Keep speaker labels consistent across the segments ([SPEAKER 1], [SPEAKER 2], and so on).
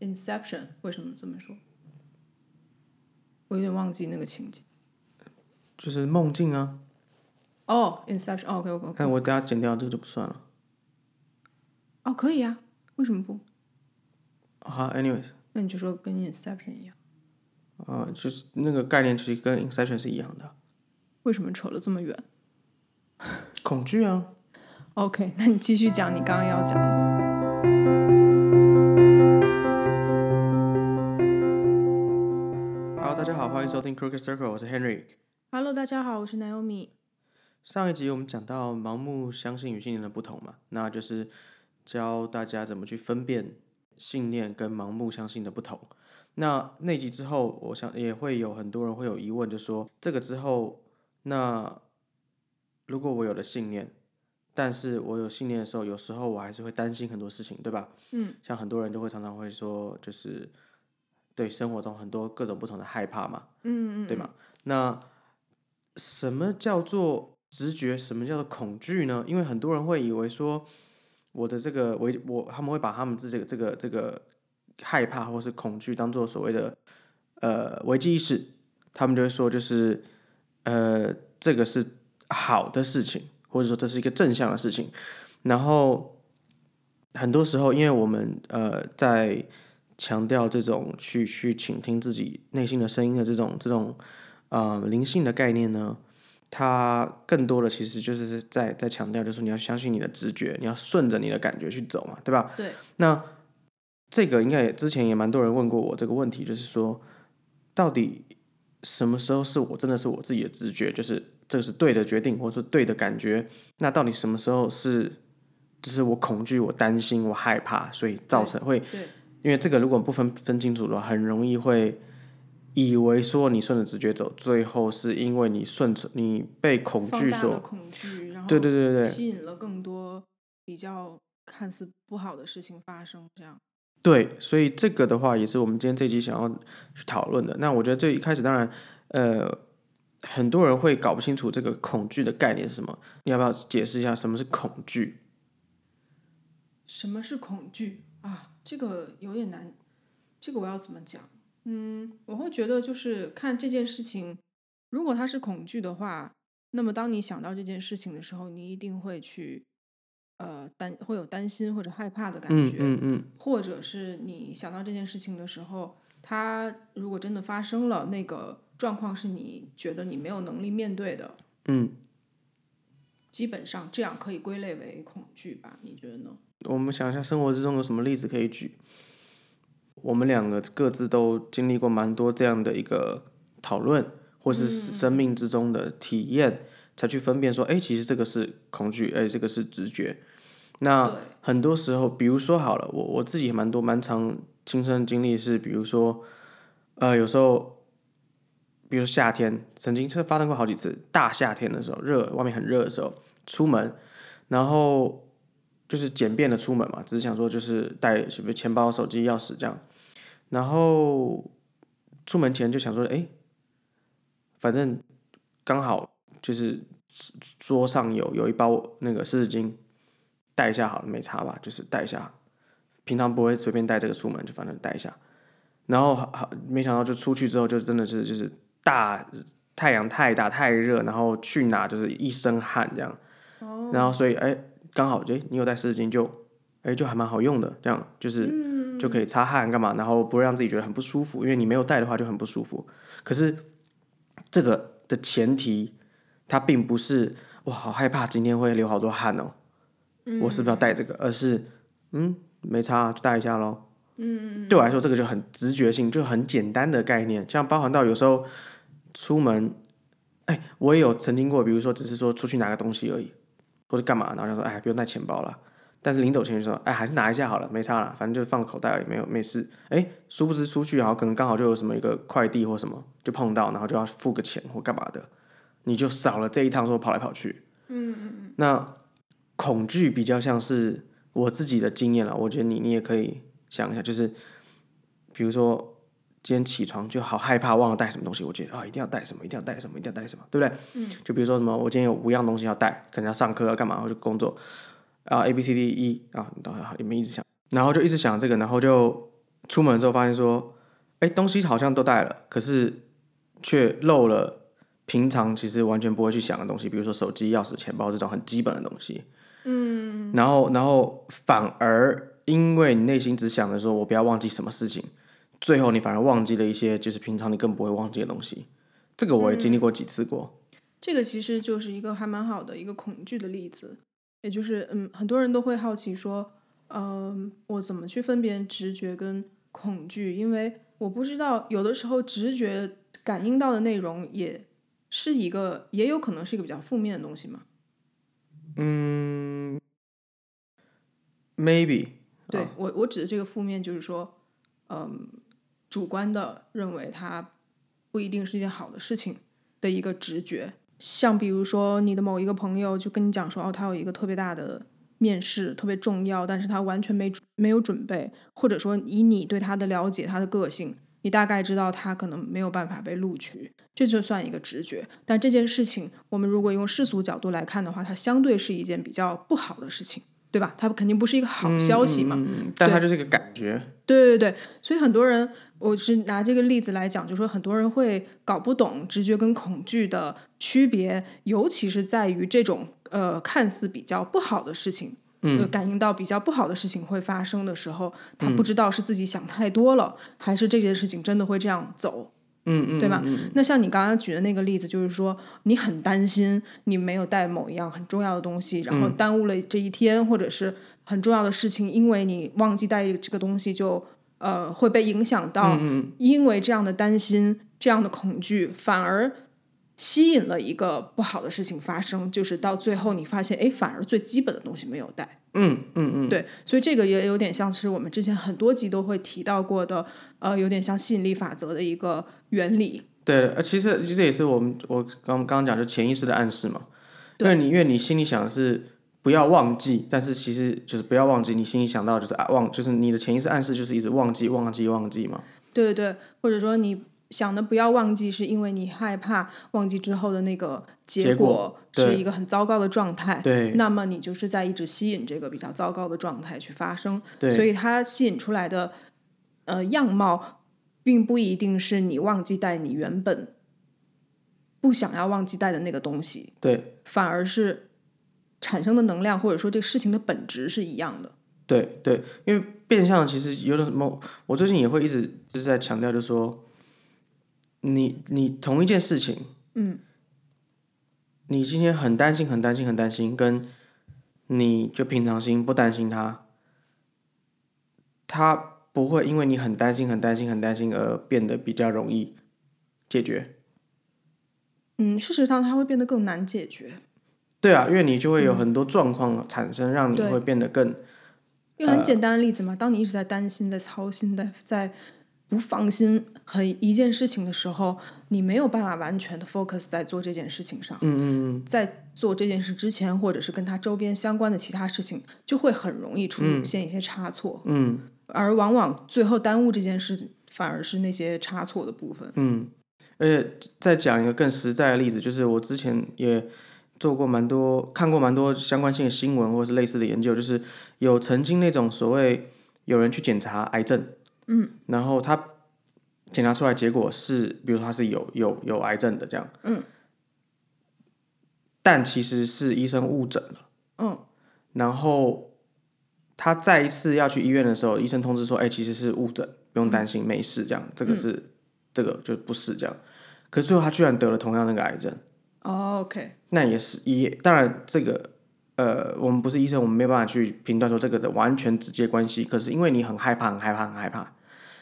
[SPEAKER 1] Inception》为什么这么说？我有点忘记那个情节。
[SPEAKER 2] 就是梦境啊。
[SPEAKER 1] 哦，《Inception》OK OK OK，
[SPEAKER 2] 哎，我等下剪掉这个就不算了。嗯
[SPEAKER 1] 哦，可以啊，为什么不？
[SPEAKER 2] 好，anyways，
[SPEAKER 1] 那你就说跟《Inception》一样，
[SPEAKER 2] 啊、就是那个概念其实跟 Inception 是一样的，
[SPEAKER 1] 为什么扯了这么远
[SPEAKER 2] 恐惧啊。
[SPEAKER 1] ？OK，那你继续讲你刚刚要讲的。
[SPEAKER 2] Hello，大家好，欢迎收听 Crooked Circle，我是 Henry。
[SPEAKER 1] Hello，大家好，我是 Naomi。
[SPEAKER 2] 上一集我们讲到盲目相信与信念的不同嘛，那就是教大家怎么去分辨信念跟盲目相信的不同。那那集之后，我想也会有很多人会有疑问，就说这个之后，那如果我有了信念，但是我有信念的时候，有时候我还是会担心很多事情，对吧？
[SPEAKER 1] 嗯，
[SPEAKER 2] 像很多人就会常常会说，就是对生活中很多各种不同的害怕嘛，
[SPEAKER 1] 嗯嗯，
[SPEAKER 2] 对吗？那什么叫做直觉？什么叫做恐惧呢？因为很多人会以为说，我的这个我我他们会把他们自己的这个这个害怕或是恐惧当做所谓的呃危机意识，他们就会说就是呃这个是好的事情，或者说这是一个正向的事情。然后很多时候，因为我们呃在强调这种去去倾听自己内心的声音的这种这种呃灵性的概念呢，它更多的其实就是在在强调，就是你要相信你的直觉，你要顺着你的感觉去走嘛，对吧？
[SPEAKER 1] 对。
[SPEAKER 2] 那这个应该也之前也蛮多人问过我这个问题，就是说到底什么时候是我真的是我自己的直觉，就是这个是对的决定，或者说对的感觉？那到底什么时候是？就是我恐惧，我担心，我害怕，所以造成会
[SPEAKER 1] 对
[SPEAKER 2] 因为这个如果不分分清楚的话，很容易会以为说你顺着直觉走，最后是因为你顺着你被恐
[SPEAKER 1] 放
[SPEAKER 2] 惧
[SPEAKER 1] 大了哦
[SPEAKER 2] 所，
[SPEAKER 1] 恐惧，然后
[SPEAKER 2] 对对对对对
[SPEAKER 1] 吸引了更多比较看似不好的事情发生，这样。
[SPEAKER 2] 对，所以这个的话也是我们今天这集想要去讨论的。那我觉得最一开始当然，呃，很多人会搞不清楚这个恐惧的概念是什么，你要不要解释一下什么是恐惧？
[SPEAKER 1] 什么是恐惧啊？这个有点难，这个我要怎么讲？嗯，我会觉得就是看这件事情，如果它是恐惧的话，那么当你想到这件事情的时候，你一定会去呃担会有担心或者害怕的感
[SPEAKER 2] 嗯
[SPEAKER 1] 觉，
[SPEAKER 2] 嗯嗯，
[SPEAKER 1] 或者是你想到这件事情的时候，它如果真的发生了，那个状况是你觉得你没有能力面对的，
[SPEAKER 2] 嗯，
[SPEAKER 1] 基本上这样可以归类为恐惧吧？你觉得呢？
[SPEAKER 2] 我们想一下生活之中有什么例子可以举。我们两个各自都经历过蛮多这样的一个讨论，或是生命之中的体验，才去分辨说，哎，其实这个是恐惧，哎，这个是直觉。那
[SPEAKER 1] 对
[SPEAKER 2] 很多时候，比如说好了，我我自己也蛮多蛮常亲身经历是，比如说，呃，有时候，比如夏天，曾经是发生过好几次，大夏天的时候，热，外面很热的时候，出门，然后就是简便的出门嘛，只是想说就是带什么钱包、手机、钥匙这样，然后出门前就想说，哎，反正刚好就是桌上有有一包那个湿纸巾，带一下好了，没差吧？就是带一下，平常不会随便带这个出门，就反正带一下。然后好好没想到就出去之后，就真的是就是大太阳太大太热，然后去哪就是一身汗这样。然后所以哎，刚好哎，你有带湿纸巾就哎就还蛮好用的，这样就是就可以擦汗干嘛，然后不会让自己觉得很不舒服，因为你没有带的话就很不舒服。可是这个的前提，它并不是我好害怕今天会流好多汗哦，我是不是要带这个？而是嗯，没差啊，就带一下喽。嗯，对我来说，这个就很直觉性，就很简单的概念，像包含到有时候出门，哎，我也有曾经过，比如说只是说出去拿个东西而已，或者干嘛，然后就说哎，不用带钱包了。但是临走前就说，哎，还是拿一下好了，没差了，反正就放口袋而已，没有没事。哎，殊不知出去，然后可能刚好就有什么一个快递或什么，就碰到，然后就要付个钱或干嘛的，你就少了这一趟说跑来跑去。嗯嗯嗯。那恐惧比较像是我自己的经验了，我觉得你你也可以想一下，就是比如说今天起床就好害怕忘了带什么东西，我觉得啊一定要带什么，一定要带什么，一定要带什么，对不对？嗯。就比如说什么，我今天有五样东西要带，可能要上课要干嘛，或者工作啊 A B C D E 啊，你等会儿也没一直想，然后就一直想这个，然后就出门之后发现说，哎，东西好像都带了，可是却漏了平常其实完全不会去想的东西，比如说手机、钥匙、钱包这种很基本的东西。嗯，然后然后反而因为你内心只想着说我不要忘记什么事情，最后你反而忘记了一些就是平常你更不会忘记的东西。这个我也经历过几次过。
[SPEAKER 1] 这个其实就是一个还蛮好的一个恐惧的例子，也就是嗯，很多人都会好奇说，嗯、我怎么去分辨直觉跟恐惧？因为我不知道，有的时候直觉感应到的内容也是一个，也有可能是一个比较负面的东西嘛。
[SPEAKER 2] 嗯，maybe
[SPEAKER 1] 嗯对、我，我指的这个负面就是说，嗯，主观的认为它不一定是一件好的事情的一个直觉。像比如说，你的某一个朋友就跟你讲说，哦，他有一个特别大的面试，特别重要，但是他完全没准没有准备，或者说以你对他的了解，他的个性，你大概知道他可能没有办法被录取，这就算一个直觉。但这件事情，我们如果用世俗角度来看的话，它相对是一件比较不好的事情，对吧？它肯定不是一个好消息嘛。
[SPEAKER 2] 嗯，但它就是一个感觉。
[SPEAKER 1] 对对对，所以很多人，我是拿这个例子来讲，就说很多人会搞不懂直觉跟恐惧的区别，尤其是在于这种呃看似比较不好的事情，嗯，感应到比较不好的事情会发生的时候，
[SPEAKER 2] 嗯
[SPEAKER 1] 他不知道是自己想太多了，还是这件事情真的会这样走，
[SPEAKER 2] 嗯嗯，
[SPEAKER 1] 对吧？那像你刚刚举的那个例子，就是说你很担心你没有带某一样很重要的东西，
[SPEAKER 2] 嗯
[SPEAKER 1] 然后耽误了这一天，或者是很重要的事情，因为你忘记带这个东西就，呃会被影响到。
[SPEAKER 2] 嗯
[SPEAKER 1] 因为这样的担心、这样的恐惧，反而吸引了一个不好的事情发生，就是到最后你发现，哎，反而最基本的东西没有带。
[SPEAKER 2] 嗯嗯嗯，
[SPEAKER 1] 对，所以这个也有点像是我们之前很多集都会提到过的，呃，有点像吸引力法则的一个原理。
[SPEAKER 2] 对呃，其实其实也是我们我刚刚刚讲就潜意识的暗示嘛，因为你因为你心里想的是不要忘记，但是其实就是不要忘记，你心里想到就是啊忘，就是你的潜意识暗示就是一直忘记忘记忘记嘛。
[SPEAKER 1] 对对对，或者说你想的不要忘记，是因为你害怕忘记之后的那个
[SPEAKER 2] 结
[SPEAKER 1] 结
[SPEAKER 2] 果
[SPEAKER 1] 是
[SPEAKER 2] 对
[SPEAKER 1] 一个很糟糕的状态。
[SPEAKER 2] 对
[SPEAKER 1] 那么你就是在一直吸引这个比较糟糕的状态去发生，
[SPEAKER 2] 对
[SPEAKER 1] 所以它吸引出来的呃样貌，并不一定是你忘记带你原本不想要忘记带的那个东西，
[SPEAKER 2] 对
[SPEAKER 1] 反而是产生的能量或者说这个事情的本质是一样的。
[SPEAKER 2] 对对，因为变相其实有的什么，我最近也会一直就是在强调，就是说你你同一件事情，
[SPEAKER 1] 嗯，
[SPEAKER 2] 你今天很担心很担心很担心，跟你就平常心不担心它，它不会因为你很担心很担心很担心而变得比较容易解决。
[SPEAKER 1] 嗯，事实上它会变得更难解决，
[SPEAKER 2] 对啊，因为你就会有很多状况产生，让
[SPEAKER 1] 嗯
[SPEAKER 2] 你
[SPEAKER 1] 对
[SPEAKER 2] 会变得更
[SPEAKER 1] 因为很简单的例子嘛，当你一直在担心、在操心、在在不放心很一件事情的时候，你没有办法完全的 focus 在做这件事情上。嗯嗯嗯，在做这件事之前，或者是跟它周边相关的其他事情，就会很容易出现一些差错。
[SPEAKER 2] 嗯
[SPEAKER 1] 而往往最后耽误这件事，反而是那些差错的部分。
[SPEAKER 2] 嗯。而且再讲一个更实在的例子，就是我之前也做过蛮多、看过蛮多相关性的新闻或是类似的研究，就是有曾经那种所谓有人去检查癌症，嗯，然后他检查出来结果是，比如说他是有有有癌症的这样，嗯，但其实是医生误诊了，
[SPEAKER 1] 嗯，
[SPEAKER 2] 然后他再一次要去医院的时候，医生通知说，哎、其实是误诊，不用担心，没事，这样，这个是、这个就不是这样，可是最后他居然得了同样那个癌症。
[SPEAKER 1] 哦 OK，
[SPEAKER 2] 那也是也当然这个呃，我们不是医生，我们没有办法去评断说这个的完全直接关系。可是因为你很害怕，很害怕，很害怕，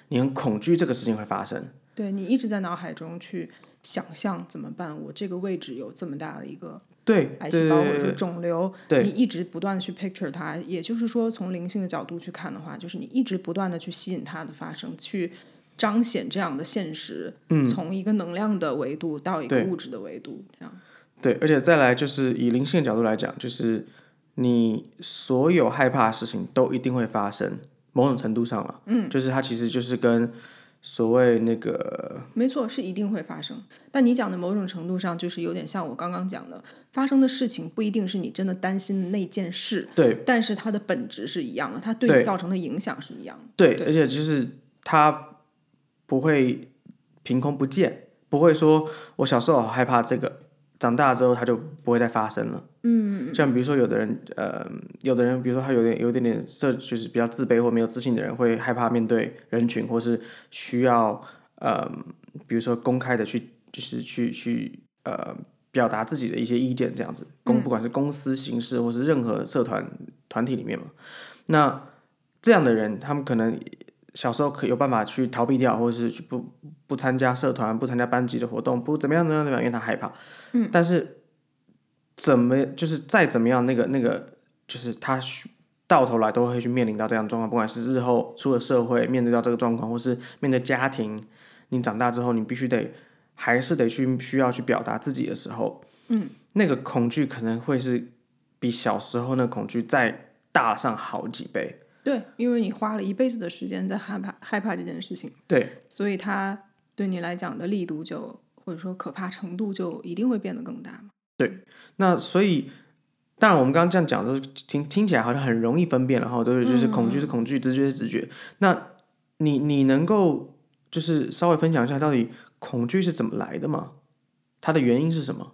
[SPEAKER 2] 你很恐惧这个事情会发生。
[SPEAKER 1] 对你一直在脑海中去想象怎么办，我这个位置有这么大的一个
[SPEAKER 2] 对，
[SPEAKER 1] 癌
[SPEAKER 2] 对
[SPEAKER 1] 细胞或
[SPEAKER 2] 对
[SPEAKER 1] 者
[SPEAKER 2] 对
[SPEAKER 1] 说肿瘤，
[SPEAKER 2] 对
[SPEAKER 1] 你一直不断地去 picture 它，也就是说，从灵性的角度去看的话，就是你一直不断的去吸引它的发生，去彰显这样的现实，嗯，从一个能量的维度到一个
[SPEAKER 2] 对
[SPEAKER 1] 物质的维度，这样，
[SPEAKER 2] 对，而且再来就是以灵性的角度来讲，就是你所有害怕的事情都一定会发生，某种程度上了，嗯，就是它其实就是跟所谓那个
[SPEAKER 1] 没错，是一定会发生。但你讲的某种程度上，就是有点像我刚刚讲的，发生的事情不一定是你真的担心的那件事，
[SPEAKER 2] 对
[SPEAKER 1] 但是它的本质是一样的，它对
[SPEAKER 2] 对
[SPEAKER 1] 你造成的影响是一样的。
[SPEAKER 2] 对，
[SPEAKER 1] 对
[SPEAKER 2] 而且就是它不会凭空不见，不会说我小时候好害怕这个，长大之后它就不会再发生了。嗯，像比如说有的人，呃，有的人，比如说他有点有一点点社，就是比较自卑或没有自信的人，会害怕面对人群，或是需要，呃，比如说公开的去，就是去去，呃。表达自己的一些意见，这样子，公不管是公司形式或是任何社团团体里面嘛，那这样的人，他们可能小时候可有办法去逃避掉，或者是去不不参加社团、不参加班级的活动，不怎么样怎么样怎么样，因为他害怕。嗯，但是怎么就是再怎么样，那个那个就是他需到头来都会去面临到这样的状况，不管是日后出了社会面对到这个状况，或是面对家庭，你长大之后，你必须得还是得去需要去表达自己的时候，嗯，那个恐惧可能会是比小时候那恐惧再大上好几倍。
[SPEAKER 1] 对，因为你花了一辈子的时间在害怕害怕这件事情，
[SPEAKER 2] 对，
[SPEAKER 1] 所以它对你来讲的力度就或者说可怕程度就一定会变得更大嘛。
[SPEAKER 2] 那所以，当然我们刚刚这样讲都听听起来好像很容易分辨了哈，对不对？就是恐惧是恐惧，直觉是直觉。那你你能够就是稍微分享一下，到底恐惧是怎么来的吗？它的原因是什么？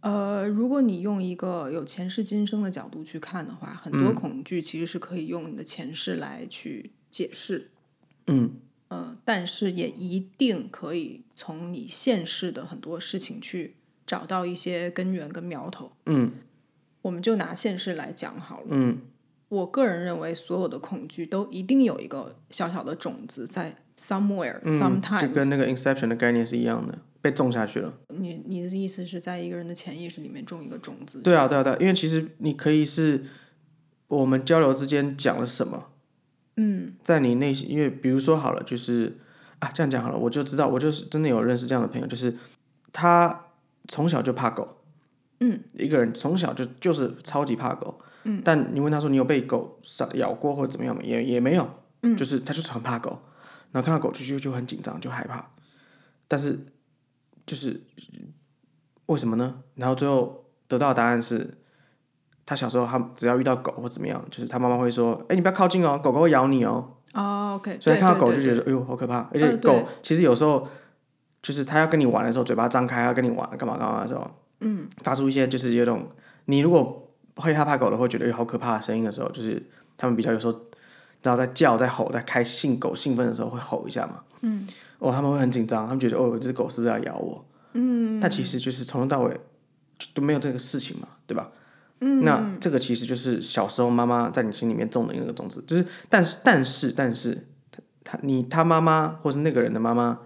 [SPEAKER 1] 呃，如果你用一个有前世今生的角度去看的话，很多
[SPEAKER 2] 嗯
[SPEAKER 1] 恐惧其实是可以用你的前世来去解释，
[SPEAKER 2] 嗯，
[SPEAKER 1] 呃，但是也一定可以从你现世的很多事情去找到一些根源跟苗头。
[SPEAKER 2] 嗯，
[SPEAKER 1] 我们就拿现世来讲好了。
[SPEAKER 2] 嗯，
[SPEAKER 1] 我个人认为，所有的恐惧都一定有一个小小的种子在 somewhere、
[SPEAKER 2] 嗯就
[SPEAKER 1] sometime
[SPEAKER 2] 跟那个 Inception 的概念是一样的，被种下去了。
[SPEAKER 1] 你你的意思是在一个人的潜意识里面种一个种子？
[SPEAKER 2] 对啊，对啊，对啊，因为其实你可以是我们交流之间讲了什么，嗯，在你内心，因为比如说好了，就是啊，这样讲好了，我就知道，我就是真的有认识这样的朋友，就是他从小就怕狗，嗯，一个人从小就就是超级怕狗，嗯，但你问他说你有被狗伤咬过或者怎么样吗？也也没有，嗯，就是他就是很怕狗，然后看到狗就就就很紧张，就害怕，但是就是为什么呢？然后最后。得到的答案是，他小时候他只要遇到狗或怎么样，就是他妈妈会说：“哎、你不要靠近哦，狗狗会咬你哦。
[SPEAKER 1] 哦，OK，”
[SPEAKER 2] 所以
[SPEAKER 1] 对
[SPEAKER 2] 他看
[SPEAKER 1] 对
[SPEAKER 2] 到狗
[SPEAKER 1] 对
[SPEAKER 2] 就觉得：“哎呦，好可怕！”而
[SPEAKER 1] 呃
[SPEAKER 2] 且
[SPEAKER 1] 对
[SPEAKER 2] 狗其实有时候就是它要跟你玩的时候，嘴巴张开要跟你玩干嘛干嘛的时候，嗯，发出一些就是有种你如果会害怕狗的，会觉得哎好可怕的声音的时候，就是他们比较有时候，然后在叫、在吼、在开兴狗兴奋的时候会吼一下嘛，嗯，哦，他们会很紧张，他们觉得哦，这只狗是不是要咬我？嗯，但其实就是从头到尾就都没有这个事情嘛，对吧？嗯，那这个其实就是小时候妈妈在你心里面种的那个种子，就是但是但是但是他他你他妈妈或是那个人的妈妈，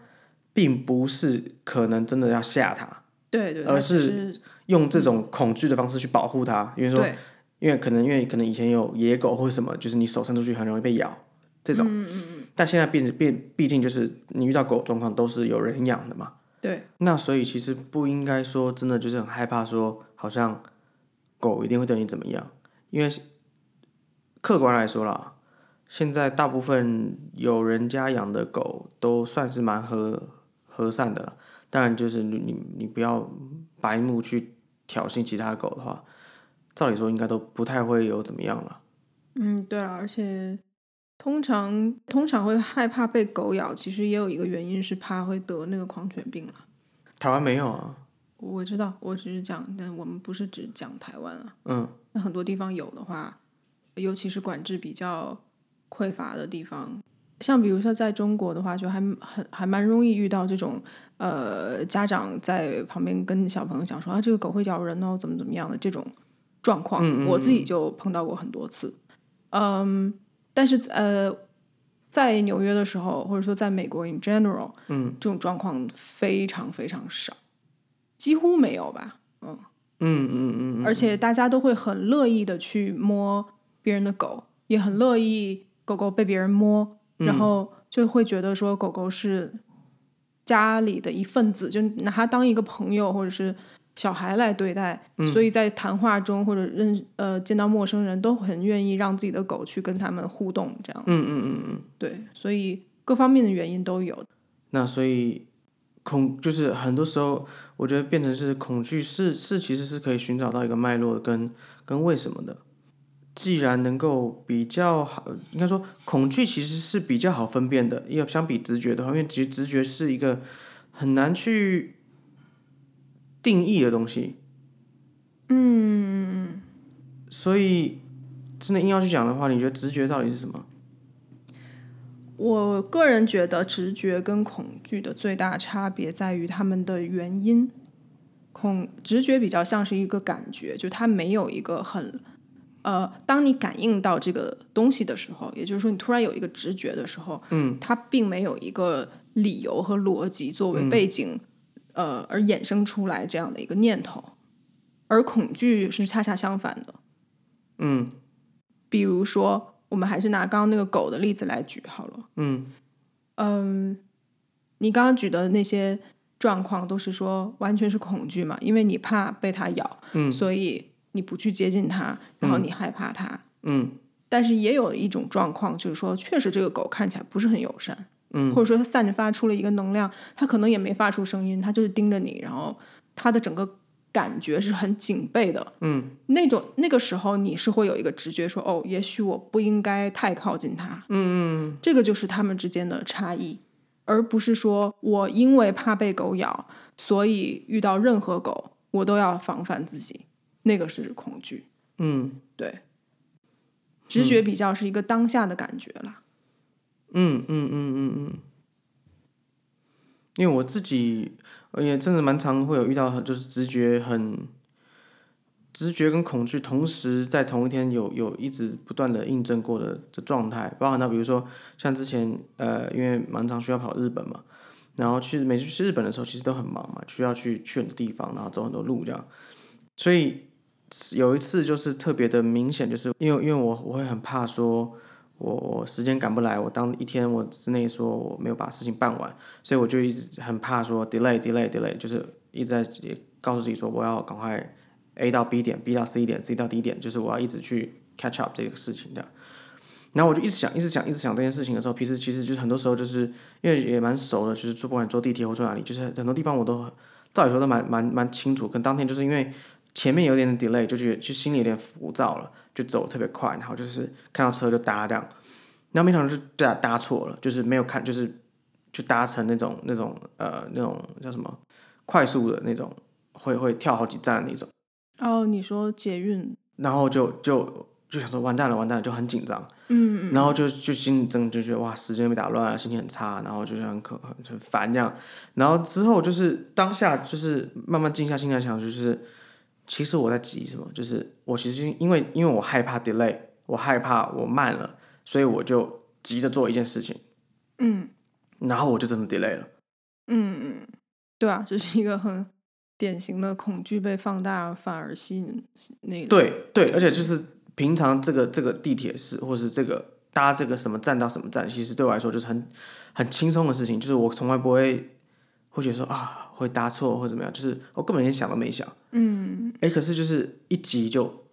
[SPEAKER 2] 并不是可能真的要吓他，
[SPEAKER 1] 对对，
[SPEAKER 2] 而
[SPEAKER 1] 它只是
[SPEAKER 2] 用这种恐惧的方式去保护他，因为说
[SPEAKER 1] 对
[SPEAKER 2] 因为可能因为可能以前有野狗或者什么，就是你手伸出去很容易被咬这种。嗯嗯嗯。但现在变变，毕竟就是你遇到狗状况都是有人养的嘛，
[SPEAKER 1] 对
[SPEAKER 2] 那所以其实不应该说真的就是很害怕说好像狗一定会对你怎么样，因为客观来说啦，现在大部分有人家养的狗都算是蛮和和善的了。当然就是你你你不要白目去挑衅其他狗的话，照理说应该都不太会有怎么样了。
[SPEAKER 1] 嗯对了，而且通常通常会害怕被狗咬，其实也有一个原因是怕会得那个狂犬病了。
[SPEAKER 2] 台湾没有啊，
[SPEAKER 1] 我知道，我只是讲，但我们不是只讲台湾啊。
[SPEAKER 2] 嗯，
[SPEAKER 1] 那很多地方有的话，尤其是管制比较匮乏的地方，像比如说在中国的话，就还很还蛮容易遇到这种呃家长在旁边跟小朋友讲说啊这个狗会咬人哦，怎么怎么样的这种状况，我自己就碰到过很多次。嗯，但是呃，在纽约的时候，或者说在美国 in general，嗯，这种状况非常非常少，几乎没有吧。
[SPEAKER 2] 嗯嗯嗯，
[SPEAKER 1] 而且大家都会很乐意的去摸别人的狗，也很乐意狗狗被别人摸，然
[SPEAKER 2] 嗯
[SPEAKER 1] 后就会觉得说狗狗是家里的一份子，就拿它当一个朋友或者是小孩来对待。
[SPEAKER 2] 嗯
[SPEAKER 1] 所以在谈话中或者认呃见到陌生人都很愿意让自己的狗去跟他们互动，这样。嗯嗯嗯嗯，对，所以各方面的原因都有。
[SPEAKER 2] 那所以恐就是很多时候，我觉得变成是恐惧是是其实是可以寻找到一个脉络跟跟为什么的。既然能够比较好，应该说恐惧其实是比较好分辨的，要相比直觉的话，因为其实直觉是一个很难去定义的东西。嗯，所以真的硬要去讲的话，你觉得直觉到底是什么？
[SPEAKER 1] 我个人觉得，直觉跟恐惧的最大差别在于他们的原因。恐直觉比较像是一个感觉，就它没有一个很，呃，当你感应到这个东西的时候，也就是说你突然有一个直觉的时候，嗯，它并没有一个理由和逻辑作为背景，呃，而衍生出来这样的一个念头。而恐惧是恰恰相反的，
[SPEAKER 2] 嗯
[SPEAKER 1] 比如说，我们还是拿刚刚那个狗的例子来举好了。
[SPEAKER 2] 嗯
[SPEAKER 1] 嗯，你刚刚举的那些状况都是说完全是恐惧嘛，因为你怕被它咬，
[SPEAKER 2] 嗯
[SPEAKER 1] 所以你不去接近它，然后你害怕它。
[SPEAKER 2] 嗯
[SPEAKER 1] 但是也有一种状况，就是说，确实这个狗看起来不是很友善，
[SPEAKER 2] 嗯
[SPEAKER 1] 或者说它散发出了一个能量，它可能也没发出声音，它就是盯着你，然后它的整个感觉是很警备的，
[SPEAKER 2] 嗯，
[SPEAKER 1] 那种那个时候你是会有一个直觉说，哦，也许我不应该太靠近它，嗯嗯，这个就是它们之间的差异，而不是说我因为怕被狗咬，所以遇到任何狗我都要防范自己，那个是恐惧，
[SPEAKER 2] 嗯
[SPEAKER 1] 对，直觉比较是一个当下的感觉啦。
[SPEAKER 2] 嗯嗯嗯嗯嗯，因为我自己呃也真的蛮常会有遇到，就是直觉很。直觉跟恐惧同时在同一天有有一直不断的印证过的的状态，包含到比如说像之前呃，因为蛮常需要跑日本嘛，然后去每次去日本的时候其实都很忙嘛，需要去去很多地方，然后走很多路这样，所以有一次就是特别的明显，就是因为因为我我会很怕说我我时间赶不来，我当一天我之内说我没有把事情办完，所以我就一直很怕说 delay delay delay，就是一直在告诉自己说我要赶快 A 到 B 点，B 到 C 点，C 到 D 点，就是我要一直去 catch up 这个事情这样。然后我就一直想，一直想，一直想这件事情的时候，平时其实就是很多时候就是因为也蛮熟的，就是坐不管坐地铁或坐哪里，就是很多地方我都照理说都蛮蛮蛮清楚。可能当天就是因为前面有点 delay，就觉得就心里有点浮躁了，就走特别快，然后就是看到车就搭这样。然后没想到就搭搭错了，就是没有看，就是就搭乘那种那种呃那种叫什么快速的那种，会会跳好几站的那种。
[SPEAKER 1] 哦，你说捷运，
[SPEAKER 2] 然后就就就想说完蛋了，完蛋了，就很紧张，
[SPEAKER 1] 嗯，
[SPEAKER 2] 然后就就心里真的就觉得哇，时间被打乱了，心情很差，然后就是很可很很烦这样。然后之后就是当下就是慢慢静下心来想，就是其实我在急什么？就是我其实因为因为我害怕 delay，我害怕我慢了，所以我就急着做一件事情，
[SPEAKER 1] 嗯
[SPEAKER 2] 然后我就真的 delay 了。
[SPEAKER 1] 嗯嗯，对啊，这是一个很典型的恐惧被放大反而吸引那个，，
[SPEAKER 2] 对对，而且就是平常这个这个地铁是，或是这个搭这个什么站到什么站，其实对我来说就是很很轻松的事情，就是我从来不会会觉得说啊会搭错或怎么样，就是我根本连想都没想。
[SPEAKER 1] 嗯
[SPEAKER 2] 哎，可是就是一急就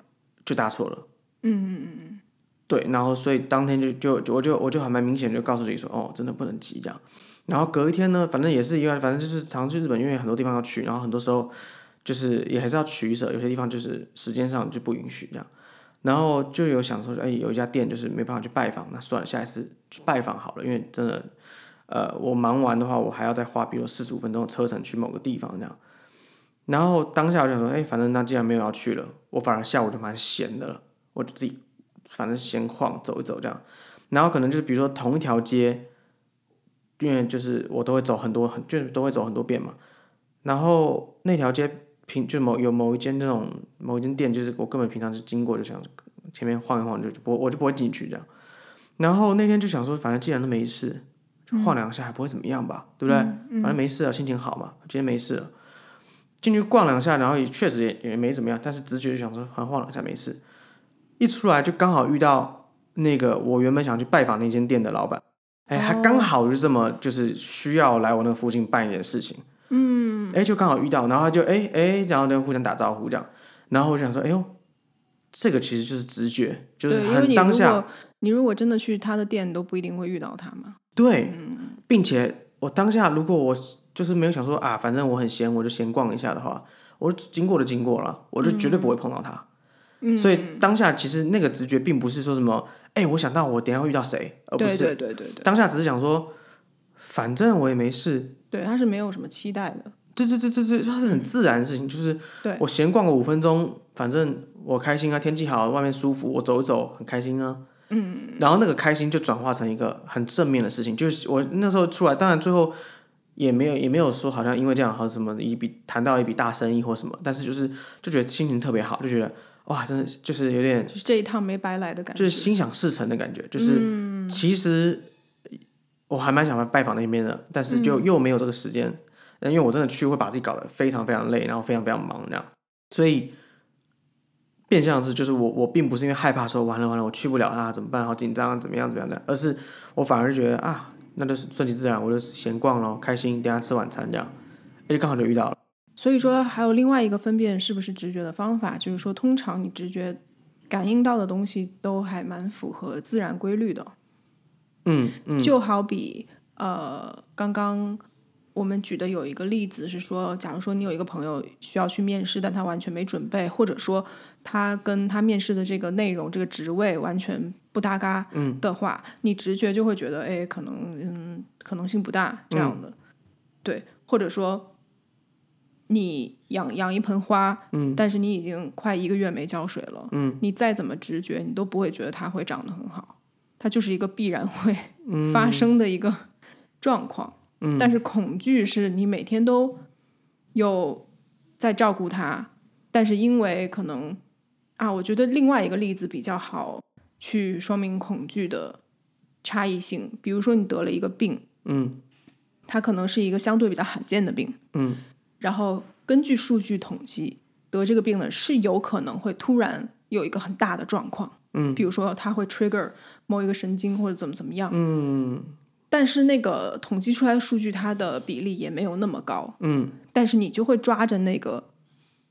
[SPEAKER 2] 就搭错了。
[SPEAKER 1] 嗯嗯嗯
[SPEAKER 2] 对，然后所以当天就就就我就我就还蛮明显地就告诉自己说，哦，真的不能急这样。然后隔一天呢，反正也是一样，反正就是常去日本，因为很多地方要去，然后很多时候就是也还是要取舍，有些地方就是时间上就不允许这样。然后就有想说，哎，有一家店就是没办法去拜访，那算了，下一次去拜访好了，因为真的，呃，我忙完的话，我还要再花比如四十五分钟的车程去某个地方这样。然后当下我想说，哎，反正那既然没有要去了，我反而下午就蛮闲的了，我就自己反正闲晃走一走这样。然后可能就是比如说同一条街，因为就是我都会走很多，很就是都会走很多遍嘛。然后那条街平就某有某一间那种某一间店，就是我根本平常是经过就想前面晃一晃就就不我就不会进去这样。然后那天就想说，反正既然都没事，就晃两下还不会怎么样吧，对不对？反正没事啊，心情好嘛，今天没事了。进去逛两下，然后也确实也也没怎么样，但是直觉就想说，反正晃两下没事。一出来就刚好遇到那个我原本想去拜访那间店的老板，哎，
[SPEAKER 1] 哦
[SPEAKER 2] 他刚好就这么就是需要来我那附近办一点事情，嗯，哎，就刚好遇到，然后他就哎哎，然后就互相打招呼这样，然后我就想说，哎呦，这个其实就是直觉，就是
[SPEAKER 1] 对，因为
[SPEAKER 2] 很
[SPEAKER 1] 你
[SPEAKER 2] 当
[SPEAKER 1] 如
[SPEAKER 2] 下，
[SPEAKER 1] 果你如果真的去他的店，你都不一定会遇到他嘛，
[SPEAKER 2] 对，
[SPEAKER 1] 嗯
[SPEAKER 2] 并且我当下如果我就是没有想说啊，反正我很闲，我就闲逛一下的话，我就经过就经过了，我就绝对不会碰到他。
[SPEAKER 1] 嗯，
[SPEAKER 2] 所以呃当下其实那个直觉并不是说什么，哎、我想到我等一下会遇到谁，而不
[SPEAKER 1] 对
[SPEAKER 2] 是
[SPEAKER 1] 对对对对，
[SPEAKER 2] 当下只是想说，反正我也没事。
[SPEAKER 1] 对他是没有什么期待的，
[SPEAKER 2] 对对对对对，它是很自然的事情，就是
[SPEAKER 1] 对
[SPEAKER 2] 我闲逛个五分钟，反正我开心啊，天气好，外面舒服，我走一走很开心啊。嗯，然后那个开心就转化成一个很正面的事情，就是我那时候出来，当然最后也没有也没有说好像因为这样好像什么一笔谈到一笔大生意或什么，但是就是就觉得心情特别好，就觉得哇，真的就是有点
[SPEAKER 1] 就是这一趟没白来的感觉。嗯
[SPEAKER 2] 就是心想事成的感觉，就是其实我还蛮想来拜访那边的，但是就又没有这个时间，因为我真的去会把自己搞得非常非常累，然后非常非常忙这样，所以变相是就是我我并不是因为害怕说完了完了我去不了啊怎么办好紧张啊怎么样怎么样的，而是我反而觉得啊那就是顺其自然，我就闲逛咯，开心，等一下吃晚餐这样，而且刚好就遇到了，
[SPEAKER 1] 所以说，还有另外一个分辨是不是直觉的方法，就是说，通常你直觉感应到的东西都还蛮符合自然规律的。
[SPEAKER 2] 嗯嗯，
[SPEAKER 1] 就好比呃，刚刚我们举的有一个例子是说，假如说你有一个朋友需要去面试，但他完全没准备，或者说他跟他面试的这个内容、这个职位完全不搭嘎的话，你直觉就会觉得，哎，可能嗯，可能性不大这样的，对，或者说。你养养一盆花，嗯，但是你已经快一个月没浇水了，嗯，你再怎么直觉，你都不会觉得它会长得很好，它就是一个必然会发生的一个 状况。嗯，但是恐惧是你每天都有在照顾它，但是因为可能啊，我觉得另外一个例子比较好去说明恐惧的差异性。比如说你得了一个病，
[SPEAKER 2] 嗯
[SPEAKER 1] 它可能是一个相对比较罕见的病，
[SPEAKER 2] 嗯
[SPEAKER 1] 然后根据数据统计，得这个病呢是有可能会突然有一个很大的状况，
[SPEAKER 2] 嗯，
[SPEAKER 1] 比如说它会 trigger 某一个神经或者怎么怎么样，
[SPEAKER 2] 嗯
[SPEAKER 1] 但是那个统计出来的数据，它的比例也没有那么高，
[SPEAKER 2] 嗯
[SPEAKER 1] 但是你就会抓着那个，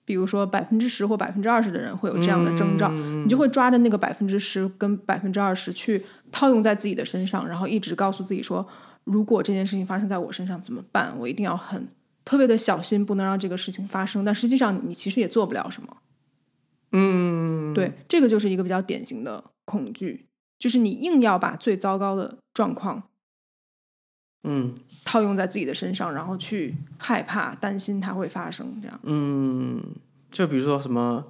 [SPEAKER 1] 比如说百分之十或百分之二十的人会有这样的征兆，你就会抓着那个百分之十跟百分之二十去套用在自己的身上，然后一直告诉自己说，如果这件事情发生在我身上怎么办？我一定要很特别的小心，不能让这个事情发生。但实际上，你其实也做不了什么。
[SPEAKER 2] 嗯，
[SPEAKER 1] 对，这个就是一个比较典型的恐惧，就是你硬要把最糟糕的状况
[SPEAKER 2] 嗯。
[SPEAKER 1] 套用在自己的身上，然后去害怕、担心它会发生这样。
[SPEAKER 2] 嗯，就比如说什么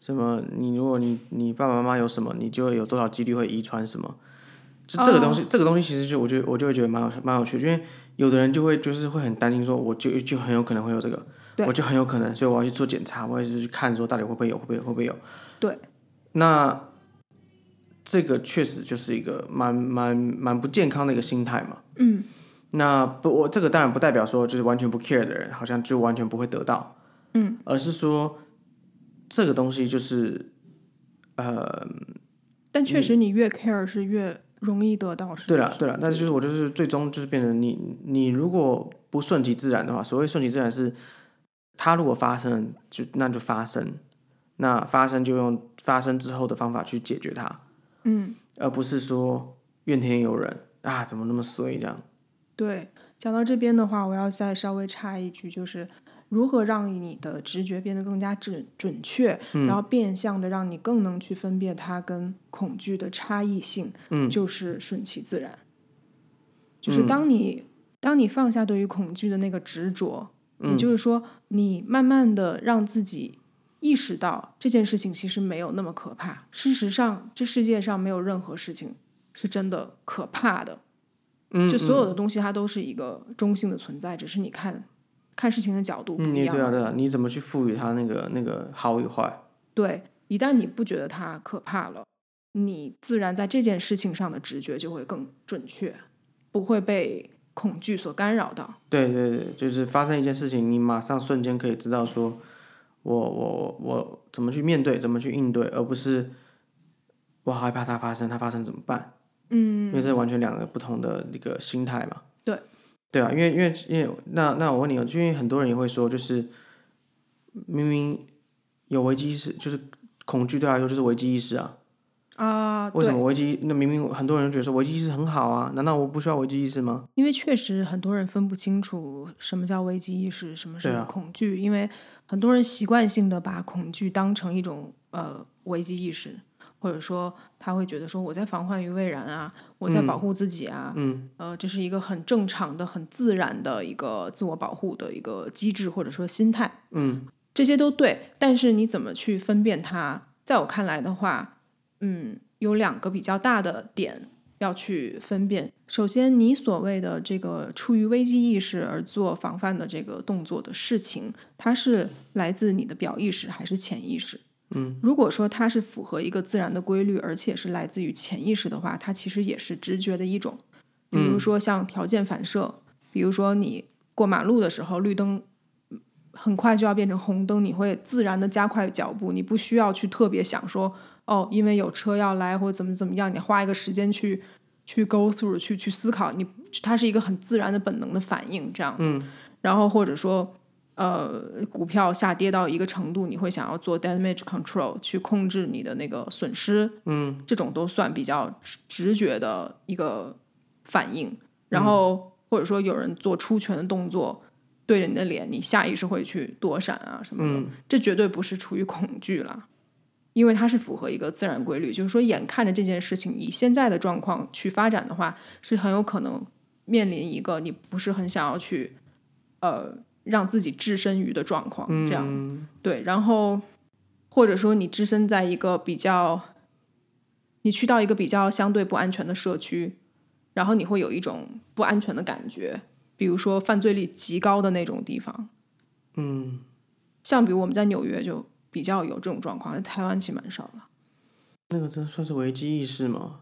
[SPEAKER 2] 什么，你如果你你爸爸妈妈有什么，你就会有多少几率会遗传什么。就这个
[SPEAKER 1] 哦
[SPEAKER 2] 东西这个东西其实就我觉得我就会觉得蛮有蛮有趣，因为有的人就会就是会很担心说，我就就很有可能会有这个，
[SPEAKER 1] 对
[SPEAKER 2] 我就很有可能，所以我要去做检查，我要去看说到底会不会有，会不会有会不会有。
[SPEAKER 1] 对，
[SPEAKER 2] 那这个确实就是一个蛮蛮蛮不健康的一个心态嘛。
[SPEAKER 1] 嗯，
[SPEAKER 2] 那不，我这个当然不代表说就是完全不 care 的人，好像就完全不会得到，
[SPEAKER 1] 嗯，
[SPEAKER 2] 而是说这个东西就是，呃，
[SPEAKER 1] 但确实你越 care 是越容易得到。是
[SPEAKER 2] 嗯对
[SPEAKER 1] 不
[SPEAKER 2] 了
[SPEAKER 1] 是
[SPEAKER 2] 对了，但是就是我就是最终就是变成你你如果不顺其自然的话，所谓顺其自然是，它如果发生了就那就发生，那发生就用发生之后的方法去解决它，
[SPEAKER 1] 嗯，
[SPEAKER 2] 而不是说怨天尤人啊，怎么那么衰这样，
[SPEAKER 1] 对。讲到这边的话，我要再稍微插一句，就是如何让你的直觉变得更加准准确，
[SPEAKER 2] 嗯
[SPEAKER 1] 然后变相的让你更能去分辨它跟恐惧的差异性，
[SPEAKER 2] 嗯
[SPEAKER 1] 就是顺其自然。就是当你、当你放下对于恐惧的那个执着，
[SPEAKER 2] 嗯
[SPEAKER 1] 也就是说，你慢慢的让自己意识到这件事情其实没有那么可怕。事实上，这世界上没有任何事情是真的可怕的。
[SPEAKER 2] 嗯
[SPEAKER 1] 就所有的东西它都是一个中性的存在，只是你看看事情的角度不
[SPEAKER 2] 嗯，
[SPEAKER 1] 一
[SPEAKER 2] 你
[SPEAKER 1] 样。
[SPEAKER 2] 对啊对啊，你怎么去赋予它那个那个好与坏？
[SPEAKER 1] 对，一旦你不觉得它可怕了，你自然在这件事情上的直觉就会更准确，不会被恐惧所干扰到。
[SPEAKER 2] 对对对，就是发生一件事情，你马上瞬间可以知道说我，我我我怎么去面对，怎么去应对，而不是我好害怕它发生，它发生怎么办？嗯，因为这完全两个不同的一个心态嘛。
[SPEAKER 1] 对，
[SPEAKER 2] 对啊，因为因为因为那那我问你哦，因为很多人也会说，就是明明有危机意识，就是恐惧对他来说就是危机意识啊。
[SPEAKER 1] 啊，
[SPEAKER 2] 为什
[SPEAKER 1] 对
[SPEAKER 2] 么危机？那明明很多人觉得说危机意识很好啊，难道我不需要危机意识吗？
[SPEAKER 1] 因为确实很多人分不清楚什么叫危机意识，什么
[SPEAKER 2] 对
[SPEAKER 1] 是
[SPEAKER 2] 啊
[SPEAKER 1] 恐惧，因为很多人习惯性的把恐惧当成一种呃危机意识，或者说他会觉得说我在防患于未然啊，我在保护自己啊，嗯，呃，这是一个很正常的、很自然的一个自我保护的一个机制或者说心态，
[SPEAKER 2] 嗯，
[SPEAKER 1] 这些都对，但是你怎么去分辨它？在我看来的话，嗯，有两个比较大的点要去分辨。首先，你所谓的这个出于危机意识而做防范的这个动作的事情，它是来自你的表意识还是潜意识？嗯，如果说它是符合一个自然的规律，而且是来自于潜意识的话，它其实也是直觉的一种。比如说像条件反射，比如说你过马路的时候，绿灯很快就要变成红灯，你会自然的加快脚步，你不需要去特别想说哦，因为有车要来或者怎么怎么样，你花一个时间去去 go through 去去思考，你它是一个很自然的本能的反应，这样。嗯。然后或者说，呃，股票下跌到一个程度，你会想要做 damage control 去控制你的那个损失。嗯。这种都算比较直直觉的一个反应。然后或者说有人做出拳的动作。对着你的脸，你下意识会去躲闪啊什么的，这绝对不是出于恐惧啦，因为它是符合一个自然规律，就是说，眼看着这件事情以现在的状况去发展的话，是很有可能面临一个你不是很想要去，呃，让自己置身于的状况，这样、对，然后或者说你置身在一个比较，你去到一个比较相对不安全的社区，然后你会有一种不安全的感觉，比如说犯罪率极高的那种地方，
[SPEAKER 2] 嗯，
[SPEAKER 1] 像比如我们在纽约就比较有这种状况，在台湾其实蛮少的。
[SPEAKER 2] 那个真算是危机意识吗？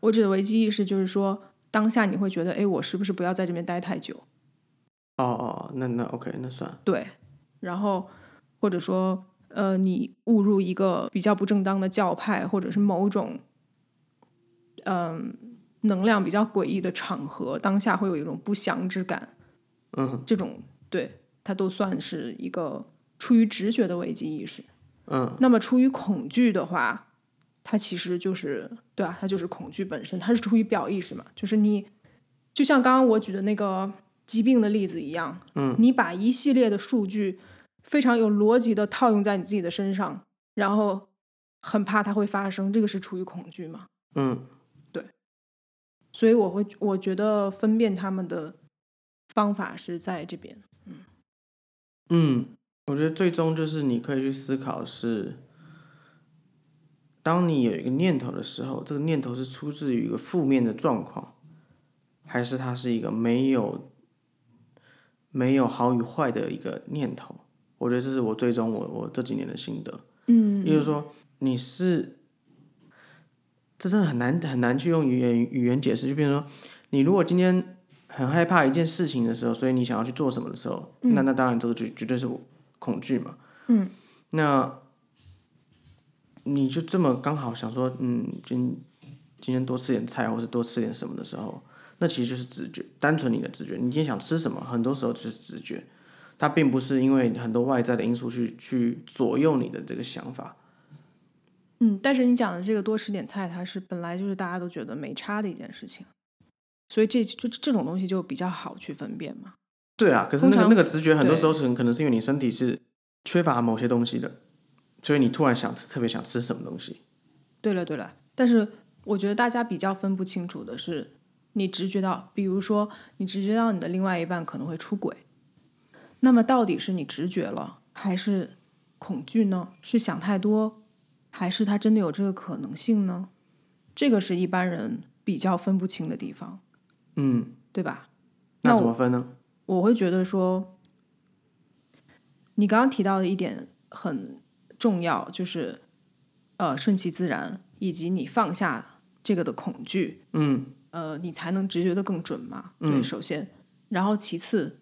[SPEAKER 1] 我指的危机意识就是说，当下你会觉得，哎，我是不是不要在这边待太久？
[SPEAKER 2] 哦哦，那那 OK，那算了
[SPEAKER 1] 对，然后或者说，呃，你误入一个比较不正当的教派，或者是某种，嗯、能量比较诡异的场合，当下会有一种不祥之感。
[SPEAKER 2] 嗯，
[SPEAKER 1] 这种对它都算是一个出于直觉的危机意识。
[SPEAKER 2] 嗯，
[SPEAKER 1] 那么出于恐惧的话，它其实就是对啊，它就是恐惧本身，它是出于表意识嘛，就是你就像刚刚我举的那个疾病的例子一样，嗯，你把一系列的数据非常有逻辑的套用在你自己的身上，然后很怕它会发生，这个是出于恐惧嘛？
[SPEAKER 2] 嗯
[SPEAKER 1] 所以我会我觉得分辨他们的方法是在这边。
[SPEAKER 2] 嗯，我觉得最终就是你可以去思考是，当你有一个念头的时候，这个念头是出自于一个负面的状况，还是它是一个没有没有好与坏的一个念头？我觉得这是我最终我我这几年的心得。
[SPEAKER 1] 嗯
[SPEAKER 2] 也就是说，你是，这真的很难很难去用语言语言解释。就比如说，你如果今天很害怕一件事情的时候，所以你想要去做什么的时候，那那当然这个绝绝对是恐惧嘛。
[SPEAKER 1] 嗯，
[SPEAKER 2] 那你就这么刚好想说，嗯，今今天多吃点菜，或是多吃点什么的时候，那其实就是直觉，单纯你的直觉。你今天想吃什么，很多时候就是直觉。它并不是因为很多外在的因素去去左右你的这个想法，
[SPEAKER 1] 嗯，但是你讲的这个多吃点菜，它是本来就是大家都觉得没差的一件事情，所以这就这种东西就比较好去分辨嘛。
[SPEAKER 2] 对啊，可是
[SPEAKER 1] 通
[SPEAKER 2] 那个
[SPEAKER 1] 常
[SPEAKER 2] 那个直觉很多
[SPEAKER 1] 对
[SPEAKER 2] 时候是很可能是因为你身体是缺乏某些东西的，所以你突然想特别想吃什么东西。
[SPEAKER 1] 对了对了，但是我觉得大家比较分不清楚的是，你直觉到，比如说你直觉到你的另外一半可能会出轨，那么到底是你直觉了，还是恐惧呢？是想太多，还是他真的有这个可能性呢？这个是一般人比较分不清的地方，
[SPEAKER 2] 嗯，
[SPEAKER 1] 对吧？那
[SPEAKER 2] 那
[SPEAKER 1] 我
[SPEAKER 2] 怎么分呢？
[SPEAKER 1] 我会觉得说，你刚刚提到的一点很重要，就是呃，顺其自然，以及你放下这个的恐惧，
[SPEAKER 2] 嗯
[SPEAKER 1] 呃，你才能直觉的更准嘛。对，首先，然后其次，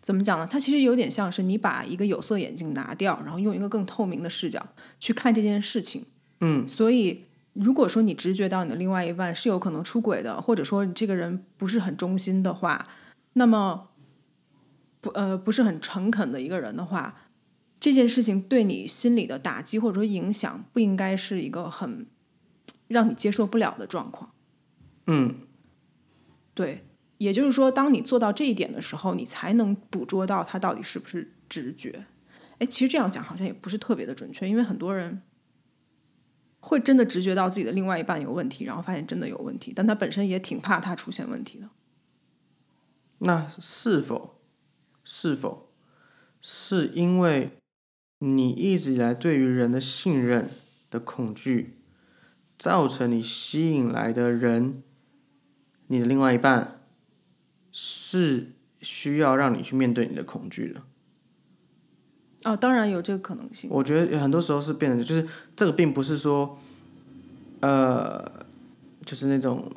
[SPEAKER 1] 怎么讲呢？它其实有点像是你把一个有色眼镜拿掉，然后用一个更透明的视角去看这件事情。
[SPEAKER 2] 嗯，
[SPEAKER 1] 所以。如果说你直觉到你的另外一半是有可能出轨的，或者说你这个人不是很忠心的话，那么不呃不是很诚恳的一个人的话，这件事情对你心理的打击或者说影响，不应该是一个很让你接受不了的状况。
[SPEAKER 2] 嗯
[SPEAKER 1] 对，也就是说，当你做到这一点的时候，你才能捕捉到它到底是不是直觉。哎，其实这样讲好像也不是特别的准确，因为很多人会真的直觉到自己的另外一半有问题，然后发现真的有问题，但他本身也挺怕他出现问题的。
[SPEAKER 2] 那是否是否是因为你一直以来对于人的信任的恐惧，造成你吸引来的人，你的另外一半是需要让你去面对你的恐惧的？
[SPEAKER 1] 哦，当然有这个可能性。
[SPEAKER 2] 我觉得很多时候是变成，就是这个并不是说，呃，就是那种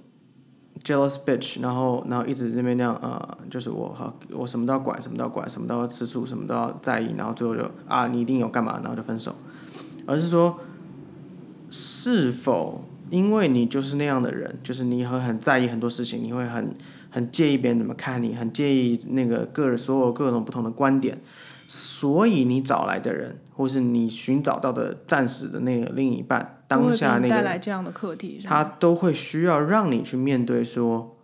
[SPEAKER 2] jealous bitch，然后然后一直这边那样啊、呃就是我好我什么都要管，什么都要管，什么都要吃醋，什么都要在意，然后最后就啊你一定有干嘛，然后就分手，而是说是否因为你就是那样的人，就是你会很在意很多事情，你会很很介意别人怎么看你，很介意那个个人所有各种不同的观点。所以你找来的人，或是你寻找到的暂时的那个另一半，
[SPEAKER 1] 都
[SPEAKER 2] 当
[SPEAKER 1] 会给
[SPEAKER 2] 下
[SPEAKER 1] 你
[SPEAKER 2] 那个
[SPEAKER 1] 带
[SPEAKER 2] 人
[SPEAKER 1] 来这样的课题，是吧
[SPEAKER 2] 他都会需要让你去面对说，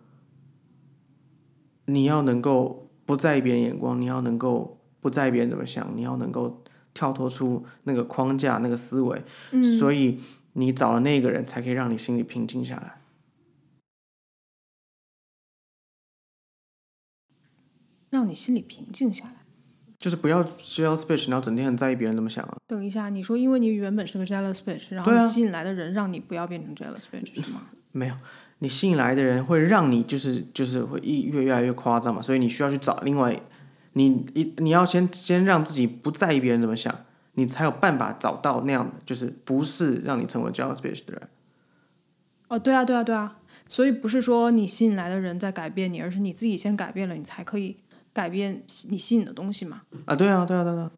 [SPEAKER 2] 你要能够不在意别人眼光，你要能够不在意别人怎么想，你要能够跳脱出那个框架、那个思维，
[SPEAKER 1] 嗯，
[SPEAKER 2] 所以你找了那个人，才可以让你心里平静下来。
[SPEAKER 1] 让你心里平静下来。
[SPEAKER 2] 就是不要需要 speech，然后整天很在意别人怎么想啊。
[SPEAKER 1] 等一下，你说因为你原本是个 jealous bitch，然后
[SPEAKER 2] 对啊
[SPEAKER 1] 你吸引来的人让你不要变成 jealous bitch 是吗？
[SPEAKER 2] 没有，你吸引来的人会让你就是就是会一越越来越夸张嘛，所以你需要去找另外，你一你要先先让自己不在意别人怎么想，你才有办法找到那样的就是不是让你成为 jealous bitch 的人。
[SPEAKER 1] 哦，对啊，对啊，对啊。所以不是说你吸引来的人在改变你，而是你自己先改变了，你才可以改变你吸引的东西嘛。
[SPEAKER 2] 啊，对啊，对啊，对啊，对啊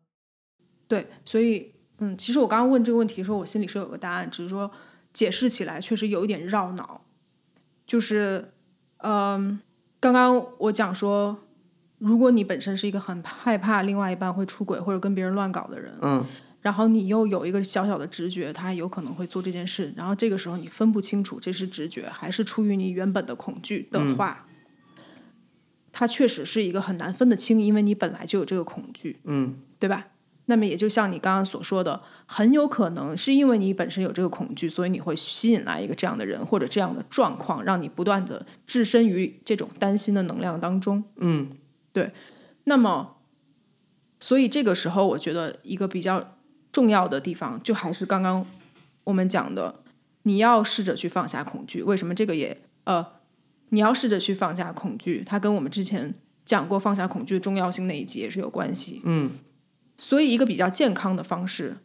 [SPEAKER 1] 对，所以嗯，其实我刚刚问这个问题的时候，我心里是有个答案，只是说解释起来确实有一点绕脑。就是嗯，刚刚我讲说，如果你本身是一个很害怕另外一半会出轨或者跟别人乱搞的人，
[SPEAKER 2] 嗯，
[SPEAKER 1] 然后你又有一个小小的直觉，他有可能会做这件事，然后这个时候你分不清楚这是直觉还是出于你原本的恐惧
[SPEAKER 2] 嗯
[SPEAKER 1] 的话，它确实是一个很难分得清，因为你本来就有这个恐惧，
[SPEAKER 2] 嗯，
[SPEAKER 1] 对吧？那么也就像你刚刚所说的，很有可能是因为你本身有这个恐惧，所以你会吸引来一个这样的人或者这样的状况，让你不断的置身于这种担心的能量当中。
[SPEAKER 2] 嗯，
[SPEAKER 1] 对。那么，所以这个时候，我觉得一个比较重要的地方，就还是刚刚我们讲的，你要试着去放下恐惧。为什么这个也呃，你要试着去放下恐惧，它跟我们之前讲过放下恐惧的重要性那一集也是有关系。
[SPEAKER 2] 嗯，
[SPEAKER 1] 所以一个比较健康的方式，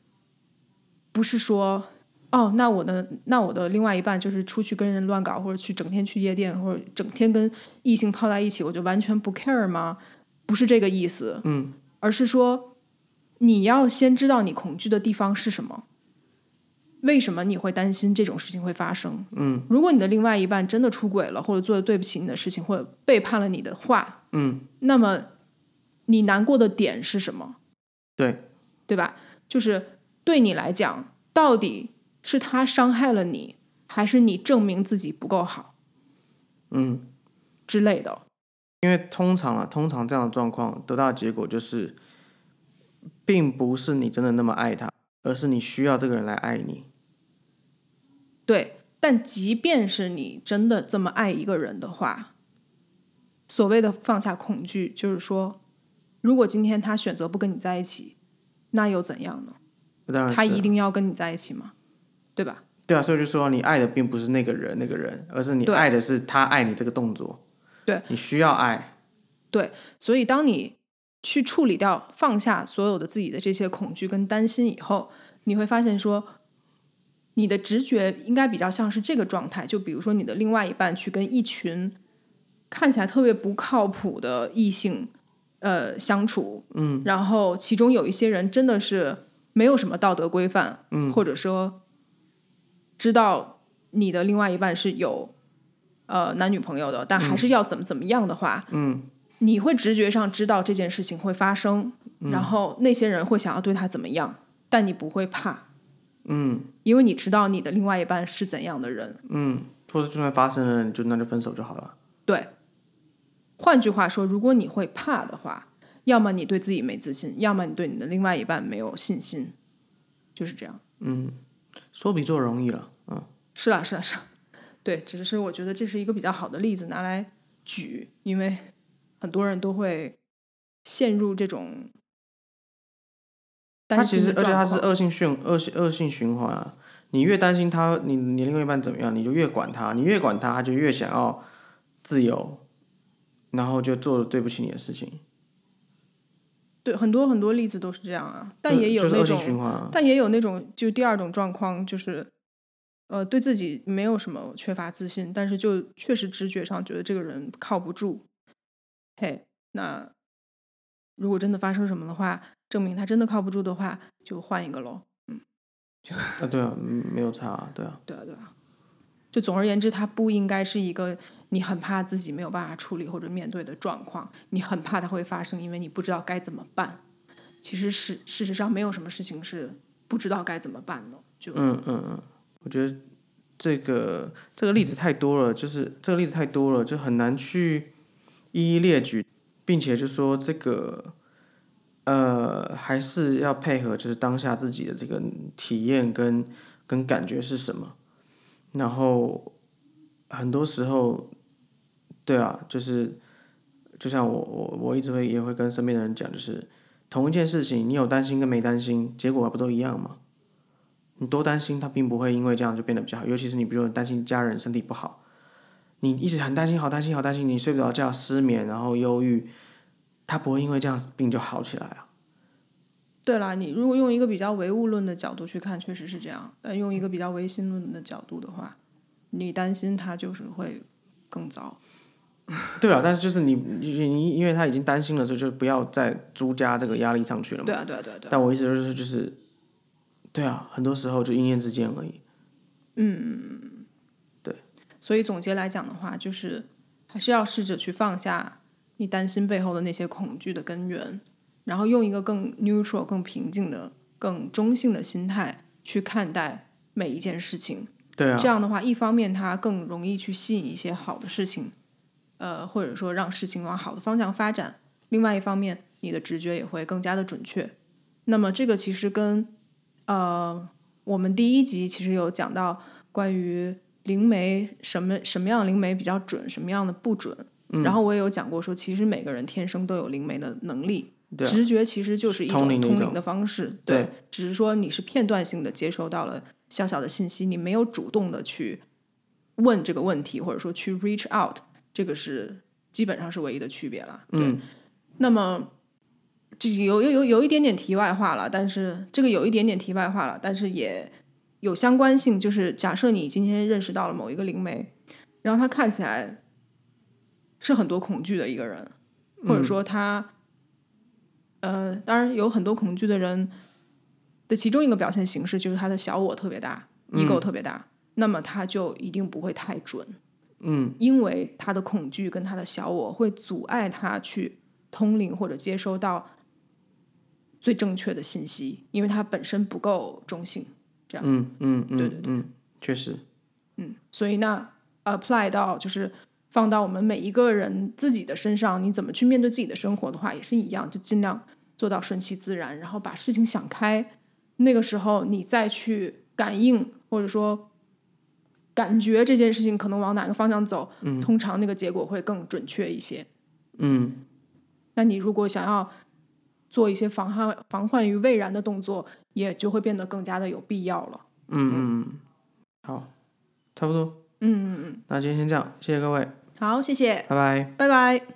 [SPEAKER 1] 不是说。哦，那我的那我的另外一半就是出去跟人乱搞，或者去整天去夜店，或者整天跟异性泡在一起，我就完全不 care 吗？不是这个意思，
[SPEAKER 2] 嗯，
[SPEAKER 1] 而是说你要先知道你恐惧的地方是什么，为什么你会担心这种事情会发生？嗯，如果你的另外一半真的出轨了，或者做了对不起你的事情，或者背叛了你的话，
[SPEAKER 2] 嗯，
[SPEAKER 1] 那么你难过的点是什么？
[SPEAKER 2] 对，
[SPEAKER 1] 对吧？就是对你来讲，到底是他伤害了你，还是你证明自己不够好
[SPEAKER 2] 嗯，
[SPEAKER 1] 之类的？
[SPEAKER 2] 因为通常啊，通常这样的状况得到的结果就是，并不是你真的那么爱他，而是你需要这个人来爱你。
[SPEAKER 1] 对，但即便是你真的这么爱一个人的话，所谓的放下恐惧，就是说，如果今天他选择不跟你在一起，那又怎样呢？
[SPEAKER 2] 那当然是啊，
[SPEAKER 1] 他一定要跟你在一起吗？对吧？
[SPEAKER 2] 对啊，所以就说你爱的并不是那个人，那个人，而是你
[SPEAKER 1] 对
[SPEAKER 2] 爱的是他爱你这个动作。
[SPEAKER 1] 对，
[SPEAKER 2] 你需要爱。
[SPEAKER 1] 所以，当你去处理掉、放下所有的自己的这些恐惧跟担心以后，你会发现说，你的直觉应该比较像是这个状态。就比如说，你的另外一半去跟一群看起来特别不靠谱的异性呃相处，嗯，然后其中有一些人真的是没有什么道德规范，嗯，或者说知道你的另外一半是有。呃，男女朋友的，但还是要怎么怎么样的话，你会直觉上知道这件事情会发生，
[SPEAKER 2] 嗯
[SPEAKER 1] 然后那些人会想要对他怎么样，但你不会怕，
[SPEAKER 2] 嗯
[SPEAKER 1] 因为你知道你的另外一半是怎样的人。
[SPEAKER 2] 嗯，或者就算发生了，你就那就分手就好了。
[SPEAKER 1] 对，换句话说，如果你会怕的话，要么你对自己没自信，要么你对你的另外一半没有信心，就是这样。
[SPEAKER 2] 说比做容易了，嗯，
[SPEAKER 1] 是啦，是啦，是啦。 对，只是我觉得这是一个比较好的例子拿来举，因为很多人都会陷入这种
[SPEAKER 2] 它
[SPEAKER 1] 担
[SPEAKER 2] 其
[SPEAKER 1] 心
[SPEAKER 2] 实
[SPEAKER 1] 的
[SPEAKER 2] 而且它
[SPEAKER 1] 状
[SPEAKER 2] 是
[SPEAKER 1] 况。
[SPEAKER 2] 恶性循恶性恶性循环啊。你越担心他，你你另外一半怎么样，你就越管他，你越管他，他就越想要自由，然后就做了对不起你的事情，
[SPEAKER 1] 对，很多很多例子都是这样啊，但
[SPEAKER 2] 就
[SPEAKER 1] 也有
[SPEAKER 2] 就是
[SPEAKER 1] 那
[SPEAKER 2] 恶
[SPEAKER 1] 种
[SPEAKER 2] 性循环啊。
[SPEAKER 1] 但也有那种就第二种状况，就是呃对自己没有什么缺乏自信，但是就确实直觉上觉得这个人靠不住。嘿，那如果真的发生什么的话，证明他真的靠不住的话，就换一个喽。
[SPEAKER 2] 啊，对啊，嗯没有差、啊，对啊，
[SPEAKER 1] 对啊，对啊。就总而言之，它不应该是一个你很怕自己没有办法处理或者面对的状况，你很怕它会发生，因为你不知道该怎么办。其实事事实上，没有什么事情是不知道该怎么办的。就
[SPEAKER 2] 嗯嗯嗯，我觉得这个这个例子太多了，就是这个例子太多了，就很难去一一列举，并且就说这个呃还是要配合就是当下自己的这个体验跟跟感觉是什么，然后很多时候，对啊，就是就像我我我一直会也会跟身边的人讲，就是同一件事情，你有担心跟没担心，结果还不都一样吗？你多担心，他并不会因为这样就变得比较好。尤其是你，比如说你担心家人身体不好，你一直很担心，好担心，好担心，你睡不着觉、失眠，然后忧郁，他不会因为这样子病就好起来啊。
[SPEAKER 1] 对啦，你如果用一个比较唯物论的角度去看，确实是这样；但用一个比较唯心论的角度的话，你担心它就是会更糟。
[SPEAKER 2] 对啊了，但是就是你你你，因为他已经担心了，所以就不要再诸加这个压力上去了嘛。
[SPEAKER 1] 对啊，对啊，对啊，对啊。
[SPEAKER 2] 但我意思就是就是，对啊，很多时候就一念之间而已。
[SPEAKER 1] 所以总结来讲的话，就是还是要试着去放下你担心背后的那些恐惧的根源，然后用一个更 neutral、更平静的、更中性的心态去看待每一件事情。
[SPEAKER 2] 对啊
[SPEAKER 1] 这，样的话，一方面它更容易去吸引一些好的事情，呃，或者说让事情往好的方向发展；另外一方面，你的直觉也会更加的准确。那么这个其实跟呃，我们第一集其实有讲到关于灵媒什么什么样的灵媒比较准，什么样的不准。
[SPEAKER 2] 嗯
[SPEAKER 1] 然后我也有讲过说，其实每个人天生都有灵媒的能力，
[SPEAKER 2] 对啊
[SPEAKER 1] 直觉其实就是一种
[SPEAKER 2] 通灵的一
[SPEAKER 1] 通
[SPEAKER 2] 种
[SPEAKER 1] 灵的方式，
[SPEAKER 2] 对
[SPEAKER 1] 对，只是说你是片段性的接收到了小小的信息，你没有主动的去问这个问题，或者说去 reach out，这个是基本上是唯一的区别了。
[SPEAKER 2] 嗯，
[SPEAKER 1] 那么这有有有有一点点题外话了，但是这个有一点点题外话了，但是也有相关性。就是假设你今天认识到了某一个灵媒，然后他看起来是很多恐惧的一个人，或者说他、呃，当然有很多恐惧的人的其中一个表现形式就是他的小我特别大，ego 特别大，那么他就一定不会太准。
[SPEAKER 2] 嗯，
[SPEAKER 1] 因为他的恐惧跟他的小我会阻碍他去通灵或者接收到最正确的信息，因为他本身不够中性。
[SPEAKER 2] 嗯嗯嗯，
[SPEAKER 1] 对对
[SPEAKER 2] 嗯，确实，
[SPEAKER 1] 嗯，所以那 apply 到就是放到我们每一个人自己的身上，你怎么去面对自己的生活的话，也是一样，就尽量做到顺其自然，然后把事情想开。那个时候你再去感应或者说感觉这件事情可能往哪个方向走，通常那个结果会更准确一些。
[SPEAKER 2] 嗯。
[SPEAKER 1] 那你如果想要做一些防患防患于未然的动作，也就会变得更加的有必要了。
[SPEAKER 2] 嗯，嗯，好，差不多。
[SPEAKER 1] 嗯嗯嗯，
[SPEAKER 2] 那今天先这样，谢谢各位，
[SPEAKER 1] 好，谢谢，
[SPEAKER 2] 拜拜。
[SPEAKER 1] 拜拜。